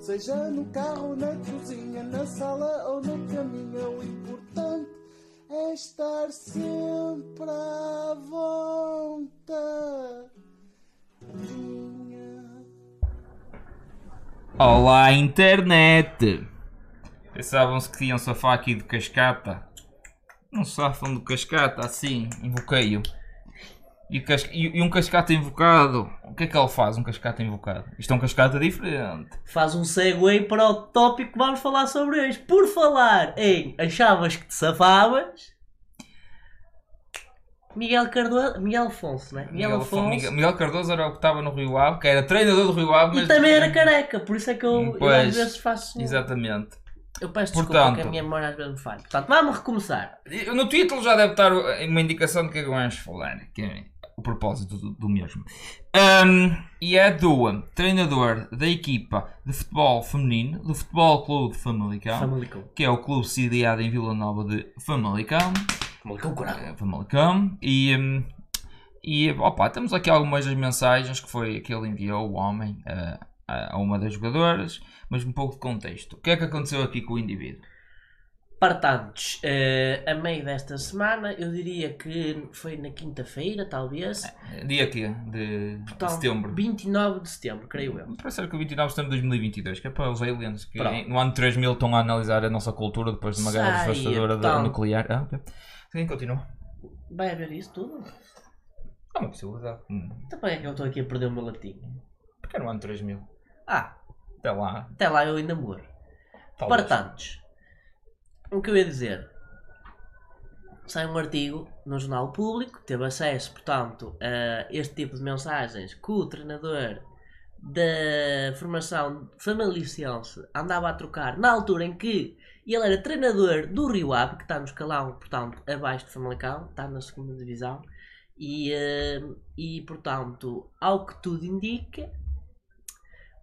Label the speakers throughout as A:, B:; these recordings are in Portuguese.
A: Seja no carro, na cozinha, na sala ou na caminha, o importante é estar sempre à vontade.
B: Olá, internet! Pensavam-se que iam safar um aqui do cascata. Não safam do cascata, assim, invoquei-o. E, o cas- e- e um cascata invocado. O que é que ele faz, um cascata invocado? Isto é um cascata diferente.
C: Faz um segue para o tópico que vamos falar sobre hoje. Por falar em achavas que te safavas. Miguel Cardoso. Miguel Afonso, né? Miguel,
B: Afon-
C: Afonso.
B: Miguel, Miguel Cardoso era o que estava no Rio Ave, que era treinador do Rio Ave, mas...
C: E também era careca, por isso é que eu, eu
B: Pois,
C: às vezes faço.
B: Exatamente.
C: Eu peço desculpa
B: Portanto.
C: que a minha memória às vezes me falha. Portanto, vamos recomeçar.
B: Eu- No título já deve estar o- uma indicação do que é que vamos falar, que é o propósito do, do mesmo. Ahm, e é do treinador da equipa de futebol feminino do Futebol Clube de Famalicão,
C: Famalicão.
B: que é o clube sediado em Vila Nova de Famalicão.
C: Famalicão, coragem.
B: eh, Famalicão. E, hum, e opa, temos aqui algumas das mensagens que foi que ele enviou, o homem, a- a a uma das jogadoras, mas um pouco de contexto. O que é que aconteceu aqui com o indivíduo?
C: Partantes, eh, a meio desta semana, eu diria que foi na quinta-feira, talvez.
B: Dia que de
C: Portanto,
B: É, setembro.
C: 29 de setembro, creio eu.
B: Parece que o 29 de setembro de 2022, que é para os aliens que
C: Pronto.
B: em- no ano 3000 estão a analisar a nossa cultura depois de uma guerra
C: Saia,
B: devastadora da-
C: tal.
B: nuclear. Ah, ok. Sim, continua.
C: Vai haver isso tudo?
B: Há uma possibilidade. Hum.
C: Então para que é que eu estou aqui a perder o meu latim?
B: Porque é no ano 3000.
C: Ah,
B: Até lá.
C: até lá eu ainda morro.
B: talvez.
C: Partantes, o que eu ia dizer? Sai um artigo no Jornal Público, teve acesso, portanto, a este tipo de mensagens que o treinador da formação familicense andava a trocar na altura em que ele era treinador do Rio Ave, que está no escalão, portanto, abaixo de Famalicão, está na segunda divisão, e, eh, e portanto, ao que tudo indica,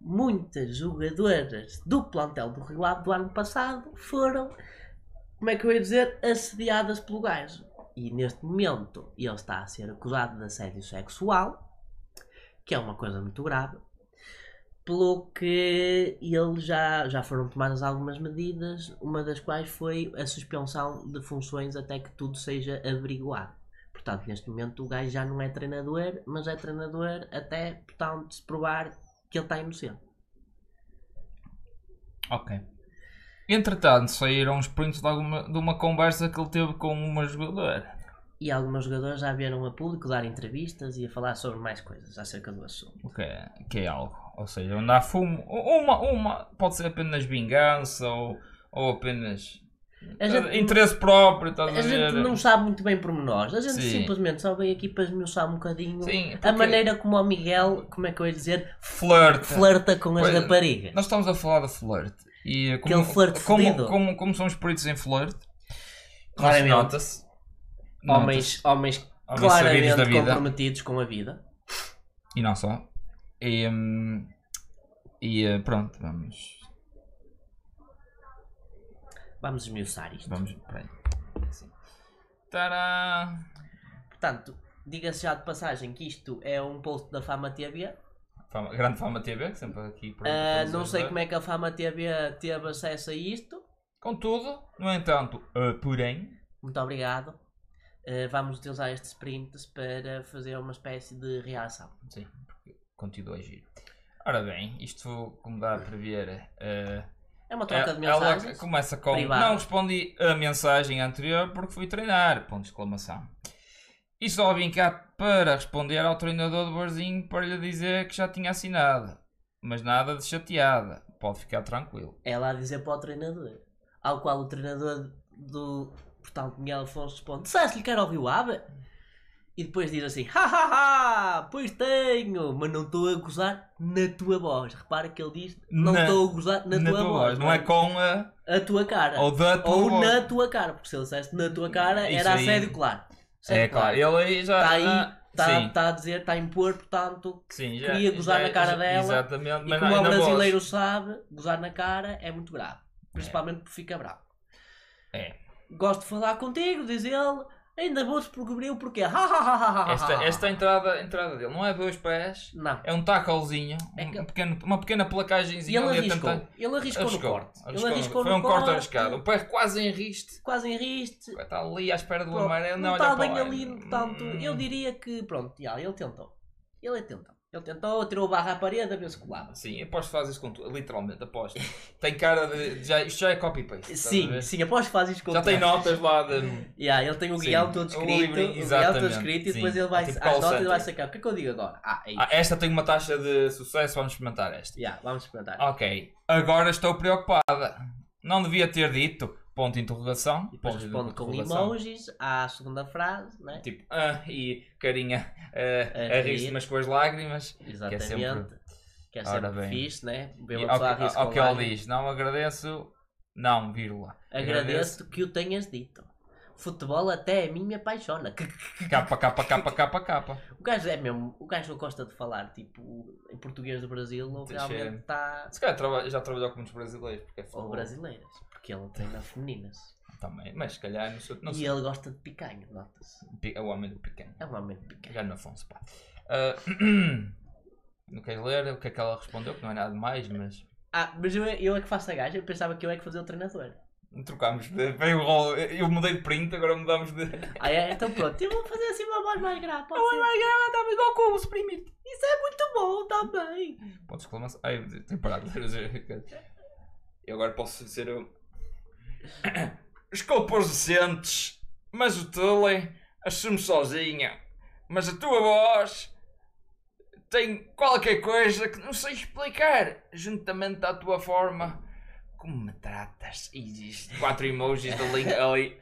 C: muitas jogadoras do plantel do Rio Ave do ano passado foram, como é que eu ia dizer, assediadas pelo gajo. E neste momento ele está a ser acusado de assédio sexual, que é uma coisa muito grave, pelo que ele já, já foram tomadas algumas medidas, uma das quais foi a suspensão de funções até que tudo seja averiguado. Portanto, neste momento o gajo já não é treinador, mas é treinador até, portanto, se provar que ele está inocente.
B: Ok. Entretanto, saíram os prints de, alguma, de uma conversa que ele teve com uma jogadora.
C: E alguns jogadores já vieram a público dar entrevistas e a falar sobre mais coisas acerca do assunto.
B: O que é, que é algo. Ou seja, onde há fumo. u- Uma, uma pode ser apenas vingança ou, ou apenas. eh,
C: A gente-
B: interesse próprio, estás a,
C: A gente
B: ver?
C: não sabe muito bem pormenores, a gente
B: Sim.
C: simplesmente só veio aqui para esmiuçar um bocadinho
B: Sim,
C: a
B: porque-
C: maneira como o Miguel, como é que eu ia dizer,
B: Flirt.
C: flerta com as
B: Pois é.
C: raparigas.
B: Nós estamos a falar de flerte. E como,
C: Aquele flerte
B: como,
C: fedido.
B: como, como somos peritos em flerte,
C: Claramente.
B: nota-se.
C: Homens, homens
B: Homens sabidos da
C: claramente
B: vida.
C: comprometidos com a vida.
B: E não só. E, hum, e, eh, pronto, vamos.
C: Vamos esmiuçar isto.
B: Vamos. Peraí. Assim. Tadá!
C: Portanto, diga-se já de passagem que isto é um post da Fama TV.
B: Fama- grande fama TV, que sempre aqui. por-
C: Ah,
B: por
C: não
B: nos
C: sei
B: ajudar.
C: como é que a Fama TV teve acesso a isto.
B: Contudo, no entanto, eh, porém,
C: Muito obrigado. Eh, vamos utilizar estes prints para fazer uma espécie de reação.
B: Sim, porque continua a giro. Ora bem, isto como dá a prever. eh,
C: É uma troca de
B: Ela-
C: mensagens.
B: Ela começa com
C: privada.
B: Não respondi a mensagem anterior porque fui treinar. Ponto de exclamação. E só vim cá para responder ao treinador do Barzinho para lhe dizer que já tinha assinado. Mas nada de chateada. Pode ficar tranquilo.
C: Ela a É dizer para o treinador. Ao qual o treinador do. Portanto, Miguel Afonso responde: Disseste-lhe que era ouvir o ABA? E depois diz assim: Ha ha ha! Pois tenho! Mas não estou a gozar na tua voz. Repara que ele diz: Não
B: Na-
C: estou a gozar na, tua, voz.
B: Não é com a.
C: A tua cara.
B: Ou da tua
C: Ou
B: voz.
C: na tua cara. Porque se ele dissesse na tua cara,
B: Isso
C: era
B: aí-
C: assédio, claro.
B: É
C: Assédio
B: claro. Ele aí já.
C: está
B: já-
C: Tá aí, está
B: Ah, sim,
C: tá a dizer, está a impor, portanto,
B: sim, já,
C: queria gozar
B: já-
C: na cara
B: já-
C: dela.
B: Exatamente.
C: e
B: mas
C: como
B: não-
C: o
B: na voz.
C: brasileiro sabe, gozar na cara é muito grave, principalmente porque fica bravo.
B: É.
C: Gosto de falar contigo, diz ele, Ainda vou descobrir o porquê. Ha, ha, ha, ha, ha, ha.
B: Esta, esta entrada, entrada dele não é dois pés,
C: Não.
B: é um tacklezinho,
C: É
B: um-
C: que-
B: um pequeno- uma pequena
C: E
B: placagenzinha
C: ele
B: ali a
C: arriscou.
B: tentar.
C: Ele arriscou no corte.
B: arriscou
C: ele
B: no-
C: arriscou
B: foi
C: no
B: um corte arriscado. O pé quase em riste.
C: Quase em riste.
B: Está ali à espera do
C: Pronto,
B: amarelo, não
C: não
B: olha para
C: está
B: o Hum.
C: bem
B: ar.
C: ali, portanto, eu diria que, pronto, já, ele tentou. Ele tentou. Ele tentou, tirou o barra à parede a ver se colava.
B: Sim, aposto que faz isso com tudo, literalmente, aposto. Tem cara de. Já, isto já é copy-paste. estás a
C: Sim,
B: ver?
C: sim, após que faz isto com
B: Já tem notas lá de.
C: Yeah, ele tem o
B: Sim,
C: guião todo
B: o
C: escrito,
B: livrinho,
C: o guião
B: exatamente,
C: todo escrito e depois
B: sim.
C: ele vai
B: É tipo
C: às
B: call
C: notas ele vai
B: center.
C: sacar. O que é que eu digo agora? Ah, é isso.
B: Ah, esta tem uma taxa de sucesso, vamos experimentar esta.
C: Yeah, vamos
B: Ah,
C: experimentar.
B: Ok, agora estou preocupada. Não devia ter dito. Ponto de interrogação.
C: e depois
B: ponto de
C: responde com
B: interrogação.
C: emojis à segunda frase, né?
B: Tipo, ah, e carinha, ah,
C: A
B: a rir
C: rir.
B: mas com as lágrimas.
C: Exatamente. Que é
B: sempre-
C: sempre,
B: Ora bem.
C: fixe, né? Ver
B: E
C: uma
B: ao,
C: pessoa a rir-se
B: ao
C: com
B: que ele
C: lágrimas.
B: diz, não agradeço, não, vírgula.
C: Agradeço-te que o tenhas dito. Futebol até a mim me apaixona. Que- que-
B: Agradeço. Capa, capa, capa, capa, capa.
C: O gajo é mesmo, o gajo não gosta de falar, tipo, em português do Brasil, ele
B: Teixeira.
C: realmente está.
B: Se calhar traba- já trabalhou com muitos brasileiros, porque é
C: Ou
B: futebol
C: brasileiras, porque ele treina femininas.
B: também, mas se calhar não sei, não
C: e
B: sei.
C: ele gosta de picanha, nota-se.
B: Pi- é o homem do pequeno.
C: É um homem de picanha.
B: Galho Afonso, pá. Ah, não queres ler o que é que ela respondeu, que não é nada demais, mas
C: Ah, mas eu, eu é que faço a gaja, eu pensava que eu é que fazia o treinador.
B: trocámos de. Veio o rol, eu mudei de print, agora mudamos de.
C: Ah, é? Então pronto, eu vou fazer assim uma voz mais grave. Pode ser.
B: grava, estava igual com o suprimir.
C: Muito bom, tá bem.
B: Ponto de exclamação. Ai, eu tenho parado de ler. Eu agora posso ser o. Desculpa os docentes, mas o Tully assume sozinha. Mas a tua voz tem qualquer coisa que não sei explicar, juntamente à tua forma. Como me tratas? E diz quatro emojis da link ali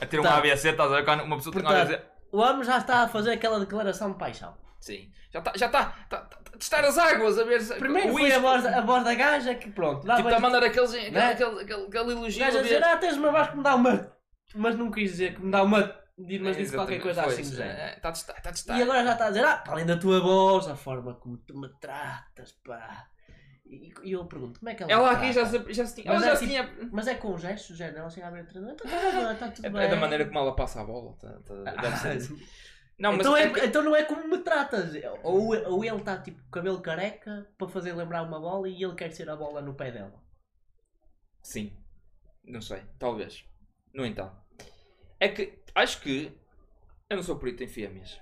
B: a ter uma
C: Tá.
B: AVC, estás a ver? Quando uma pessoa tem um
C: Portanto,
B: AVC.
C: o homem já está a fazer aquela declaração de paixão.
B: Sim, já está, já está, tá, tá, a testar as águas, a ver se.
C: Primeiro
B: o
C: foi a
B: isco-
C: voz, a voz da gaja que pronto, dá
B: Tipo,
C: Tá bem-
B: está a mandar aqueles, aquele,
C: Né?
B: aquele, aquele, aquele
C: O
B: elogio.
C: gajo a
B: de-
C: dizer, ah, tens uma voz que me dá uma. Mas não quis dizer que me dá uma. diz- Mas
B: É,
C: disse qualquer
B: exatamente,
C: coisa
B: pois,
C: assim do
B: é,
C: género.
B: é, Está a testar, está a testar.
C: E agora já está a dizer, ah, para além da tua voz, a forma como tu me tratas, pá. E, e eu pergunto, como é que ela
B: Ela
C: me
B: aqui
C: trata?
B: já se, já se tinha.
C: Mas
B: Ela
C: é
B: já se
C: tipo-
B: tinha.
C: Mas é com um gesto, já não chega a ver o treinador, então tá bom, tá tudo
B: É,
C: bem. Ah,
B: é da maneira como ela passa a bola. tá- tá- deve ser isso. Não, mas.
C: então, é, então não é como me tratas. Ou, ou ele está tipo cabelo careca para fazer lembrar uma bola e ele quer ser a bola no pé dela.
B: Sim. Não sei. Talvez. No entanto. É que. Acho que. Eu não sou perito em fêmeas.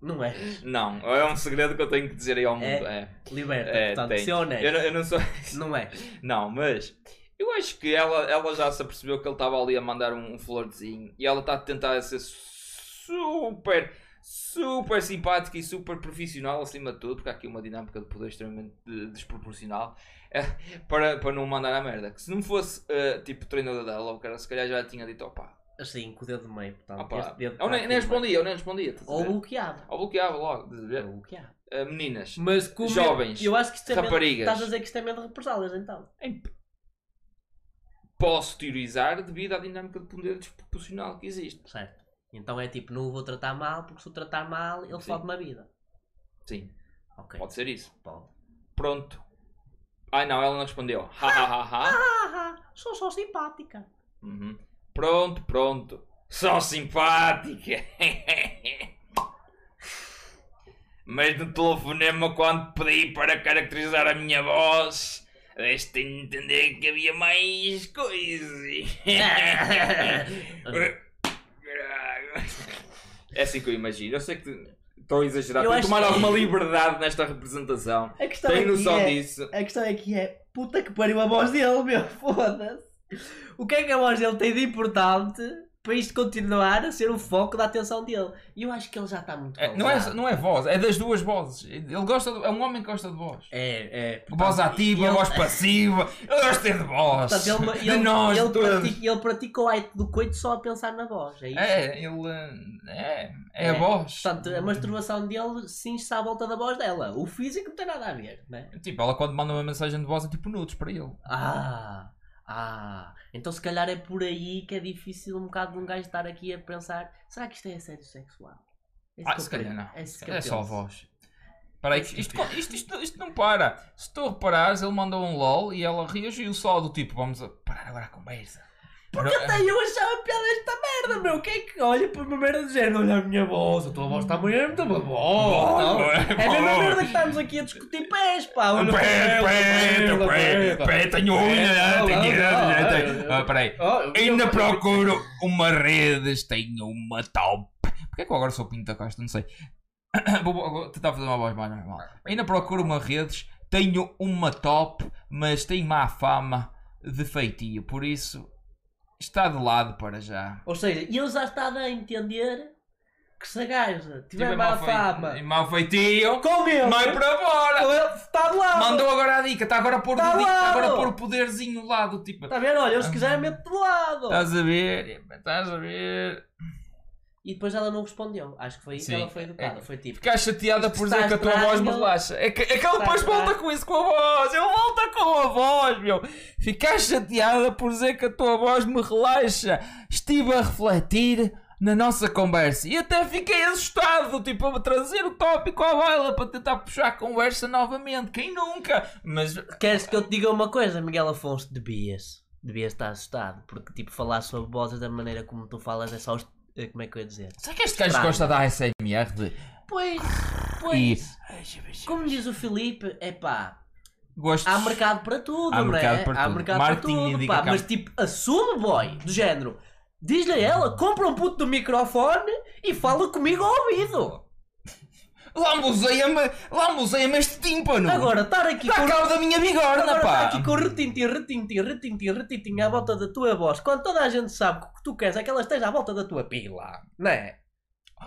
C: Não é?
B: Não. É um segredo que eu tenho que dizer aí ao mundo. É.
C: Liberta,
B: É,
C: portanto,
B: tem.
C: ser honesto.
B: Eu, não- eu não sou.
C: Não é?
B: Não, mas eu acho que ela, ela já se apercebeu que ele estava ali a mandar um, um florzinho e ela está a tentar ser super, super simpática e super profissional acima de tudo, porque há aqui uma dinâmica de poder extremamente de- desproporcional eh, para, para não mandar a merda. Que se não fosse eh, tipo treinador dela, o cara se calhar já tinha dito opa,
C: Assim, com o dedo de meio, portanto.
B: opa. é um
C: este dedo
B: Eu nem, nem
C: tá aqui no meio.
B: respondia, eu nem respondia. estás a
C: Ou
B: ver?
C: bloqueado.
B: Ou bloqueava logo, estás a ver?
C: Ou bloqueado.
B: Eh, meninas,
C: Mas como.
B: Jovens,
C: Eu acho que isto é medo-
B: raparigas.
C: Estás a dizer que isto é medo de represálias, então.
B: posso teorizar devido à dinâmica de poder desproporcional que existe.
C: Certo. Então é tipo, não o vou tratar mal, porque se o tratar mal, ele
B: Sim.
C: fode-me a vida.
B: Sim,
C: Ok.
B: pode ser isso.
C: Pode.
B: Pronto. Ai não, ela não respondeu. Ha ha ha ha.
C: Haha, sou só simpática.
B: Uhum. Pronto, pronto. Só simpática. Mas no telefonema, quando pedi para caracterizar a minha voz, deste a entender que havia mais coisas. É assim que eu imagino. Eu sei que estou a exagerar.
C: Eu
B: Estou a
C: acho
B: tomar
C: que-
B: alguma liberdade nesta representação.
C: A questão
B: Tenho
C: aqui
B: noção
C: é,
B: disso.
C: A questão aqui é, puta que pariu a voz dele, meu, foda-se. O que é que a voz dele tem de importante para isto continuar a ser o foco da atenção dele? E eu acho que ele já está muito
B: É, não, é,
C: cansado.
B: não é voz, é das duas vozes. Ele gosta de- é um homem que gosta de voz.
C: É, é.
B: voz ativa,
C: ele-
B: voz passiva. Eu gosto é de voz.
C: Portanto, ele,
B: de
C: ele,
B: nós
C: ele,
B: todos.
C: pratica, ele pratica o aito do coito só a pensar na voz, é isso?
B: É, ele. eh, É, é, a
C: É.
B: voz.
C: Portanto, a masturbação dele cinge-se à volta da voz dela. O físico não tem nada a ver, né?
B: Tipo, ela quando manda uma mensagem de voz é tipo nudes para ele.
C: Ah, ah. Então se calhar é por aí que é difícil um bocado de um gajo estar aqui a pensar, será que isto é assédio sexual? É isso
B: Ah,
C: que eu
B: se calhar
C: penso.
B: não.
C: É, isso que eu
B: É só a
C: penso.
B: voz. Espera aí, que isto, isto, isto, isto não para. Se tu reparares, ele mandou um LOL e ela reagiu só do tipo, vamos a- parar agora a conversa.
C: Porque até eu achava piada esta merda, meu. Quem é que olha para uma merda de género? Olha a minha voz, a tua voz está muito muito boa.
B: Boa,
C: boa. É a mesma
B: boa.
C: merda que estamos aqui a discutir pés, pá.
B: Pé,
C: Olha,
B: pé,
C: olha,
B: pé,
C: olha,
B: pé, tenho unha, tenho
C: Pé, É, olha, olha,
B: unha, tenho-
C: olha.
B: Ah, peraí.
C: Oh, eu-
B: Ainda procuro uma redes, tenho uma top. Porquê que eu agora sou Pinto da Costa? Não sei. Vou, vou tentar fazer uma voz mais normal. Ainda procuro uma redes, tenho uma top, mas tenho má fama de feitio. Por isso, está de lado para já.
C: Ou seja, eu já estava a entender que se a gaja tiver
B: Tive
C: má
B: fei-
C: fama
B: e Mau feitio,
C: com ele,
B: vai para fora!
C: ele está de lado.
B: Mandou agora a dica, está agora a pôr,
C: Tá
B: o di- tá
C: lá,
B: agora a
C: ó.
B: pôr o poderzinho lá do tipo.
C: Está a ver? Tá Olha, eu se quiser meto de lado.
B: Estás a ver? Estás a ver?
C: E depois ela não respondeu. Acho que foi isso que
B: Sim.
C: ela foi educada.
B: É-
C: Foi tipo.
B: Ficaste chateada por dizer
C: Estás
B: que a tua
C: estranho.
B: voz me relaxa. É que, é que ele depois
C: Estás
B: volta
C: estranho.
B: com isso com a voz. Ele volta com a voz, meu. Ficaste chateada por dizer que a tua voz me relaxa. Estive a refletir na nossa conversa e até fiquei assustado, tipo, a trazer o tópico à baila para tentar puxar a conversa novamente. Quem nunca? Mas
C: Queres que eu te diga uma coisa, Miguel Afonso? Debias. Debias estar assustado. Porque, tipo, falar sobre vozes da maneira como tu falas é só. os- eh, Como é que eu ia dizer?
B: será que este gajo
C: Estranho.
B: gosta da ASMR? De...
C: Pois.
B: E...
C: Pois. Como diz o Filipe, é pá.
B: Gosto.
C: Há mercado para tudo,
B: Há
C: não
B: mercado
C: é?
B: para
C: há
B: tudo.
C: mercado
B: Marketing
C: para tudo,
B: indica
C: pá.
B: que há-
C: Mas, tipo, assume, boy. Do género. Diz-lhe a ela, compra um puto do microfone e fala comigo ao ouvido.
B: Lambuzeia-me lambuzeia-me este tímpano.
C: Agora, estar aqui
B: Dá
C: com um
B: cabo da minha bigorna, pá!
C: Agora está aqui com o retintim, retintim, retintim, retintim à volta da tua voz, quando toda a gente sabe que o que tu queres é que ela esteja à volta da tua pila, não é?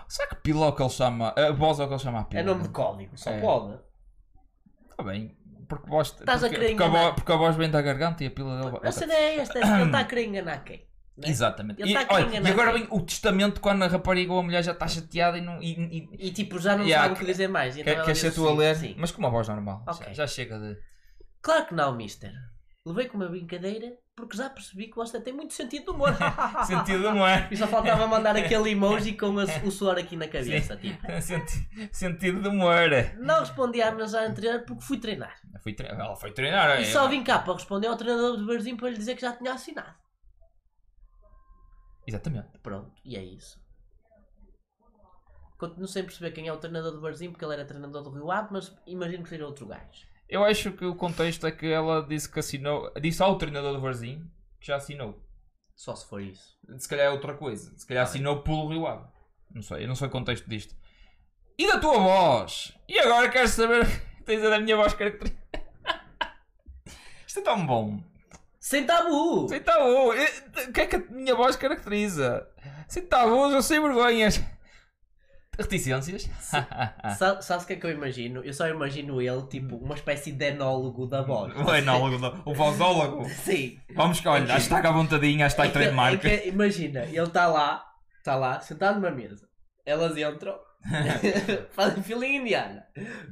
B: Será que pila é o que ele chama? A voz é o que ele chama a pila?
C: É nome de código, só
B: É.
C: pode.
B: Está bem. Porque, voz,
C: Estás a
B: porque,
C: querer
B: porque a
C: enganar.
B: voz, porque a voz vem da garganta e a pila dele.
C: A cena é esta, é que ele está a querer enganar quem? né?
B: Exatamente.
C: Ele
B: E,
C: tá a querer
B: olha, e
C: enganar
B: agora
C: quem?
B: vem o testamento quando a rapariga ou a mulher já está chateada e não. E, e,
C: E tipo, já não
B: Yeah,
C: sabe o que dizer mais. Então
B: quer
C: ela
B: quer
C: diz
B: ser tu é a
C: assim,
B: ler?
C: sim.
B: Mas com uma voz normal.
C: Ok.
B: Já, já chega de.
C: Claro que não, mister. Levei com uma brincadeira porque já percebi que você tem muito sentido de humor.
B: Sentido não é?
C: E só faltava mandar aquele emoji com a- o suor aqui na cabeça, tipo.
B: Senti- Sentido de humor.
C: Não respondi à mensagem anterior porque fui treinar.
B: Fui tre- Ela foi treinar. é
C: E só vim cá para responder ao treinador do Barzinho para lhe dizer que já tinha assinado.
B: Exatamente.
C: Pronto, e é isso. Continuo sem perceber quem é o treinador do Barzinho, porque ele era treinador do Rio Ave, mas imagino que seja outro gajo.
B: Eu acho que o contexto é que ela disse que assinou. Disse ao treinador do Varzinho que já assinou.
C: Só se for isso.
B: se calhar é outra coisa. Se calhar assinou pelo Rio Ave. Não sei, eu não sei o contexto disto. E da tua voz? E agora queres saber? Tens a da minha voz característica. Isto é tão bom. é
C: Sem tabu!
B: Sem tabu. Eh, O que é que a minha voz caracteriza? é Sem tabus ou sem vergonhas? Reticências? Ah.
C: Sa sabes o que é que eu imagino? Eu só imagino ele, tipo, uma espécie de enólogo da voz.
B: o enólogo, da- o vozólogo.
C: Sim.
B: Vamos que olha, hashtag à vontadinha, hashtag
C: É que-
B: trademark.
C: é que- imagina, ele está lá, está lá, sentado numa mesa. Elas entram, fazem filinha indiana,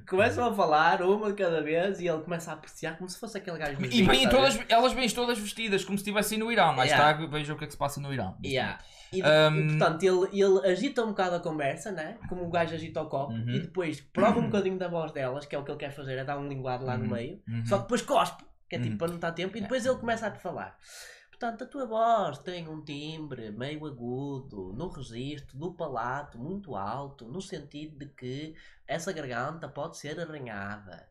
C: começam a falar uma de cada vez e ele começa a apreciar como se fosse aquele gajo dos tá
B: E
C: Beatles,
B: vêm
C: sabe?
B: todas, elas vêm todas vestidas, como se estivessem no Irão. Mais
C: Yeah.
B: tarde vejam o que é que se passa no Irão.
C: Yeah. E, de-
B: Um,
C: e, portanto, ele, ele agita um bocado a conversa, né? como o gajo agita o copo,
B: Uhum.
C: e depois prova um bocadinho da voz delas, que é o que ele quer fazer, é dar um linguado lá
B: Uhum.
C: no meio,
B: Uhum.
C: só que depois cospe, que é tipo
B: Uhum.
C: para não estar tempo, e depois ele começa a te falar. Portanto, a tua voz tem um timbre meio agudo, no registro, do palato, muito alto, no sentido de que essa garganta pode ser arranhada.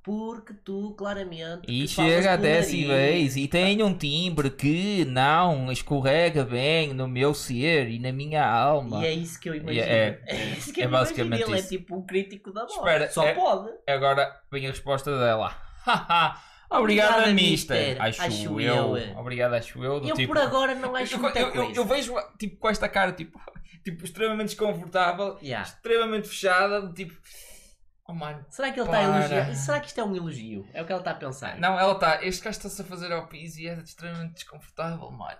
C: Porque tu, claramente.
B: E
C: que falas
B: chega a
C: com o
B: 10
C: nariz.
B: vez e tem um timbre que não escorrega bem no meu ser e na minha alma.
C: E é isso que eu imagino.
B: É-
C: É, isso que
B: é
C: eu
B: basicamente
C: imagino. Ele
B: isso.
C: é tipo um crítico da voz.
B: Espera,
C: Só
B: é-
C: pode.
B: Agora vem a resposta dela. Haha, Obrigada,
C: Obrigada,
B: mister.
C: mister.
B: Acho,
C: Acho
B: eu.
C: eu.
B: Obrigado, acho eu. Do
C: Eu
B: tipo...
C: por agora não acho
B: eu,
C: muita
B: eu- eu-
C: coisa.
B: eu vejo tipo, com esta cara tipo, tipo, extremamente desconfortável,
C: Yeah.
B: extremamente fechada, do tipo. Oh mano.
C: Será que ele está a
B: Para.
C: elogiar? Será que isto é um elogio? É o que ele está a pensar.
B: Não, ela está. Este gajo está-se a fazer ao piso e é extremamente desconfortável, mano.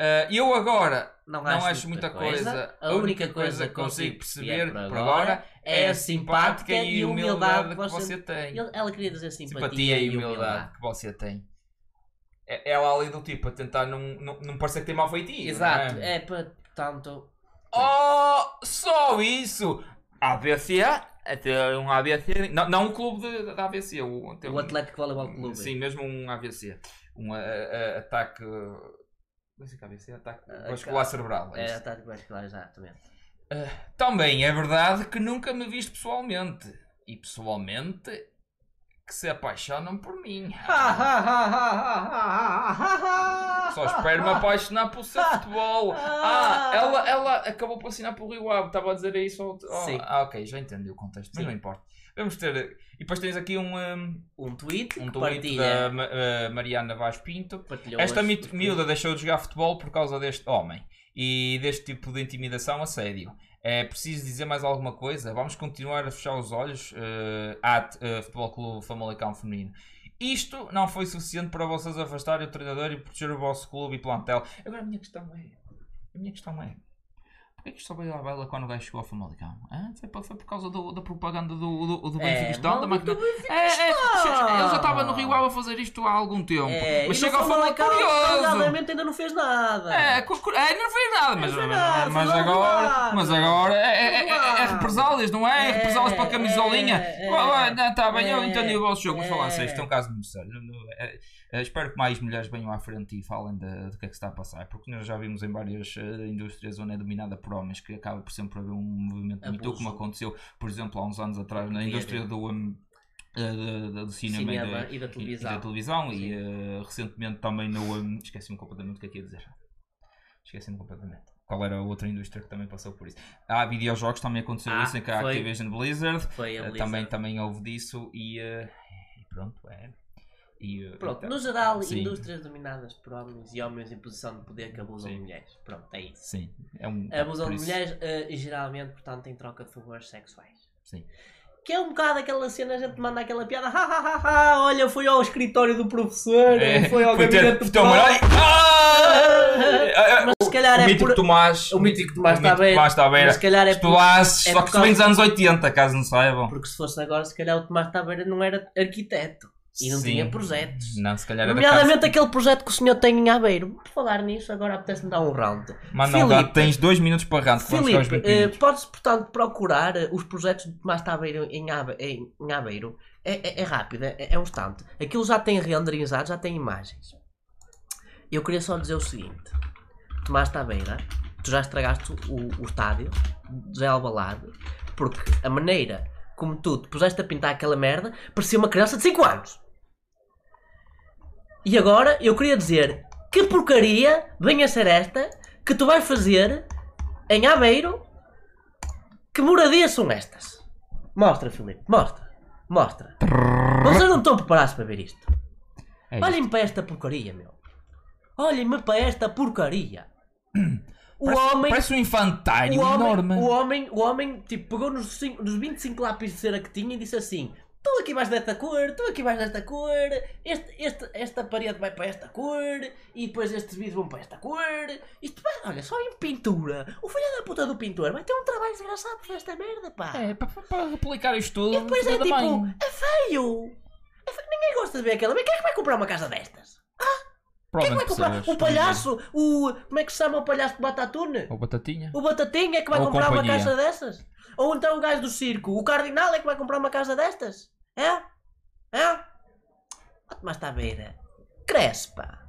B: Ah, eu agora
C: Não
B: Não acho muita coisa.
C: A única coisa que consigo perceber por agora é a simpática e a humildade que você
B: tem.
C: Ele- Ela queria dizer
B: Simpatia,
C: simpatia,
B: e humildade, que você tem. É- Ela ali do tipo a tentar não, não, não parecer que tem mau feitio.
C: Exato.
B: não é?
C: É para tanto.
B: Oh, só isso! ABC, até um ABC. Não, não um clube de- da ABC. O, tem
C: O
B: um-
C: Atlético Voleibol Clube.
B: Sim, mesmo um AVC. Um ah, ah, ataque Doença de cabeça é ataque
C: Ah,
B: vascular cerebral. é
C: É,
B: isso.
C: ataque vascular, exatamente.
B: Também é verdade que nunca me viste pessoalmente. E pessoalmente que se apaixonam por mim. Só espero me apaixonar pelo seu futebol. Ah, ela, ela acabou por assinar pelo Rio Ave. Estava a dizer isso. ao- ao-
C: Sim.
B: Ah, ok, já entendi o contexto. Mas
C: Sim.
B: não importa. Vamos ter. E depois tens aqui um, um,
C: Um tweet
B: um
C: que
B: tweet
C: partilha.
B: da Ma- eh, Mariana Vaz Pinto.
C: partilhou
B: Esta
C: as-
B: mi-
C: os-
B: miúda deixou de jogar futebol por causa deste homem e deste tipo de intimidação, assédio. É preciso dizer mais alguma coisa? Vamos continuar a fechar os olhos eh, at eh, Futebol Clube Famalicão Feminino. Isto não foi suficiente para vocês afastarem o treinador e proteger o vosso clube e plantel. Agora a minha questão é... A minha questão é... Porquê que isto só veio à baila quando o gajo chegou ao Famalicão? Hã? Foi, por- foi por causa do- da propaganda do, do, do
C: É,
B: Benfica Estão, da
C: mal do
B: máquina... É, é, ele já estava no Rio Ave a fazer isto há algum tempo.
C: É,
B: mas chega ao Famalicão curioso.
C: Realmente ainda não fez nada.
B: É, cu- cu- é, não fez nada, mas,
C: Não fez
B: mas-
C: nada,
B: mas
C: vamos lá.
B: agora, mas agora é, é, é, é- é
C: Vamos lá.
B: represálias, não é? É represálias para a camisolinha.
C: é,
B: Ah, ah, não, tá bem, eu
C: é,
B: entendi o vosso jogo, mas falando
C: é.
B: sério, isto é um caso muito sério. Não- não- é- é, espero que mais mulheres venham à frente e falem de- do que é que se está a passar, porque nós já vimos em várias eh, indústrias onde é dominada por homens que acaba por sempre haver um movimento muito
C: Abuso.
B: como aconteceu, por exemplo, há uns anos atrás na
C: Podia
B: indústria
C: haver.
B: do. hum, eh, da- da- do cinema, e
C: Cinema
B: da,
C: e da televisão.
B: E, da televisão, e,
C: Sim.
B: eh, recentemente também no. hum, Esqueci-me completamente o que é que ia dizer. Esqueci-me completamente. Qual era a outra indústria que também passou por isso? Há videojogos, também aconteceu
C: Ah,
B: isso em que a
C: foi.
B: Activision Blizzard
C: Foi a
B: eh,
C: Blizzard.
B: também, também houve disso e, eh, e pronto, é. E, eh,
C: Pronto,
B: então,
C: no geral,
B: sim,
C: indústrias dominadas por homens e homens em posição de poder que abusam de
B: Sim.
C: mulheres. Pronto, é isso.
B: Sim, é um.
C: Abusam
B: por
C: de
B: isso-
C: mulheres eh, e geralmente, portanto, em troca de favores sexuais.
B: Sim.
C: Que é um bocado aquela cena, a gente manda aquela piada, ha, ha, ha, ha, olha, foi ao escritório do professor,
B: É,
C: foi ao
B: foi ter-
C: gabinete do
B: foi ter um
C: prof.
B: olhar e- Ah! Ah, ah,
C: Mas se calhar
B: o
C: é
B: mítico
C: por...
B: Tomás.
C: o mítico Tomás está à beira.
B: Tomás está à beira.
C: Mas se calhar é por...
B: Estudaste,
C: é
B: só
C: por
B: que se vem dos
C: causa-
B: anos 80, caso não saibam.
C: Porque se fosse agora, se calhar o Tomás Tabeira não era arquiteto e não
B: Sim.
C: tinha projetos.
B: Não, se calhar era
C: Nomeadamente aquele projeto que o senhor tem em Aveiro. Por falar nisso, agora apetece-me dar um round.
B: Mas não,
C: Filipe.
B: tens dois minutos para rant. vamos ficar aos 20
C: Filipe, eh,
B: minutos.
C: podes, portanto, procurar eh, os projetos do Tomás Tabeiro em, Abe- em- em Aveiro. É, é- é rápido, é, é um instante. Aquilo já tem renderizado, já tem imagens. Eu queria só dizer o seguinte. Tomás Tabeira, tu já estragaste o, o estádio de Albalade porque a maneira como tu te puseste a pintar aquela merda parecia uma criança de 5 anos. E agora eu queria dizer que porcaria vem a ser esta que tu vais fazer em Aveiro? Que moradias são estas? Mostra, Filipe, mostra, mostra. Vocês não estão preparados para ver isto.
B: É isto.
C: Olhem para esta porcaria, meu. Olhem-me para esta porcaria. O
B: Hum. Parece-
C: homem
B: Parece um infantário
C: o homem,
B: enorme.
C: o homem, o homem, tipo, pegou nos, cinco- nos 25 lápis de cera que tinha e disse assim: Tu aqui vais desta cor, tu aqui vais desta cor, este, este, esta parede vai para esta cor, e depois estes vidros vão para esta cor. Isto vai, olha, só em pintura. O filho da puta do pintor vai ter um trabalho desgraçado por esta merda, pá.
B: É, um para, para- para replicar isto tudo.
C: E depois é
B: tudo
C: tipo,
B: bem.
C: é feio. É feio. Ninguém gosta de ver aquela. Mas quem é que vai comprar uma casa destas? Quem é que vai
B: Provavelmente
C: comprar?
B: pessoas.
C: O palhaço, o. Como é que se chama o palhaço de Batatune?
B: Ou batatinha.
C: O Batatinha é que vai
B: Ou
C: comprar
B: companhia.
C: uma casa dessas? Ou então o gajo do circo? O Cardinal é que vai comprar uma casa destas? É? É? Ótimo, mas está a ver. é. Cresce, pá.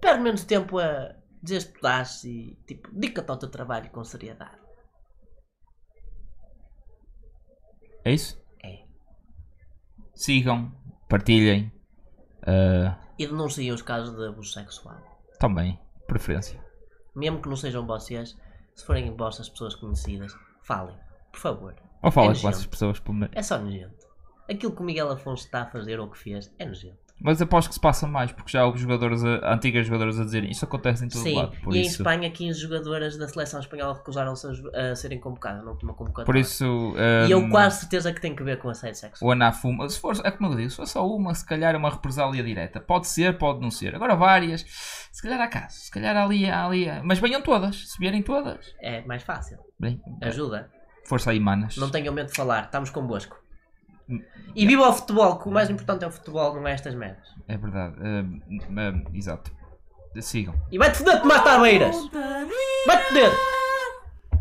C: Perde menos tempo a desestudar-se e, tipo, dedica-te ao teu trabalho com seriedade.
B: É isso?
C: É.
B: Sigam, partilhem. ah,
C: E denuncia os casos de abuso sexual.
B: também, preferência.
C: Mesmo que não sejam vocês, se forem vossas pessoas conhecidas, falem. Por favor.
B: Ou fala
C: É
B: com essas
C: nojento.
B: pessoas pelo menos.
C: É só nojento. Aquilo que o Miguel Afonso está a fazer ou que fez é nojento.
B: Mas aposto que se passa mais, porque já houve jogadores, a- antigas jogadoras a dizerem isso acontece em todo
C: Sim,
B: lado. Por
C: e em
B: isso,
C: Espanha 15 jogadoras da seleção espanhola recusaram-se a ju- a, serem convocadas na última convocatória.
B: por isso
C: E eu
B: ah,
C: quase certeza que tem que ver com assédio sexual.
B: O Anafuma, se for, é como eu digo, se for só uma, se calhar é uma represália direta. Pode ser, pode não ser. Agora várias, se calhar há casos, se calhar ali, há ali. há- Mas venham todas, se vierem todas.
C: É mais fácil.
B: Bem,
C: Ajuda.
B: força aí, manas.
C: É. Não tenham medo de falar. Estamos convosco.
B: Hum.
C: E viva o futebol, que o mais importante é o futebol, não é estas merdas.
B: É verdade, hum, hum, exato. Sigam.
C: E vai-te foder, Tomás Taveiras! Vai-te foder!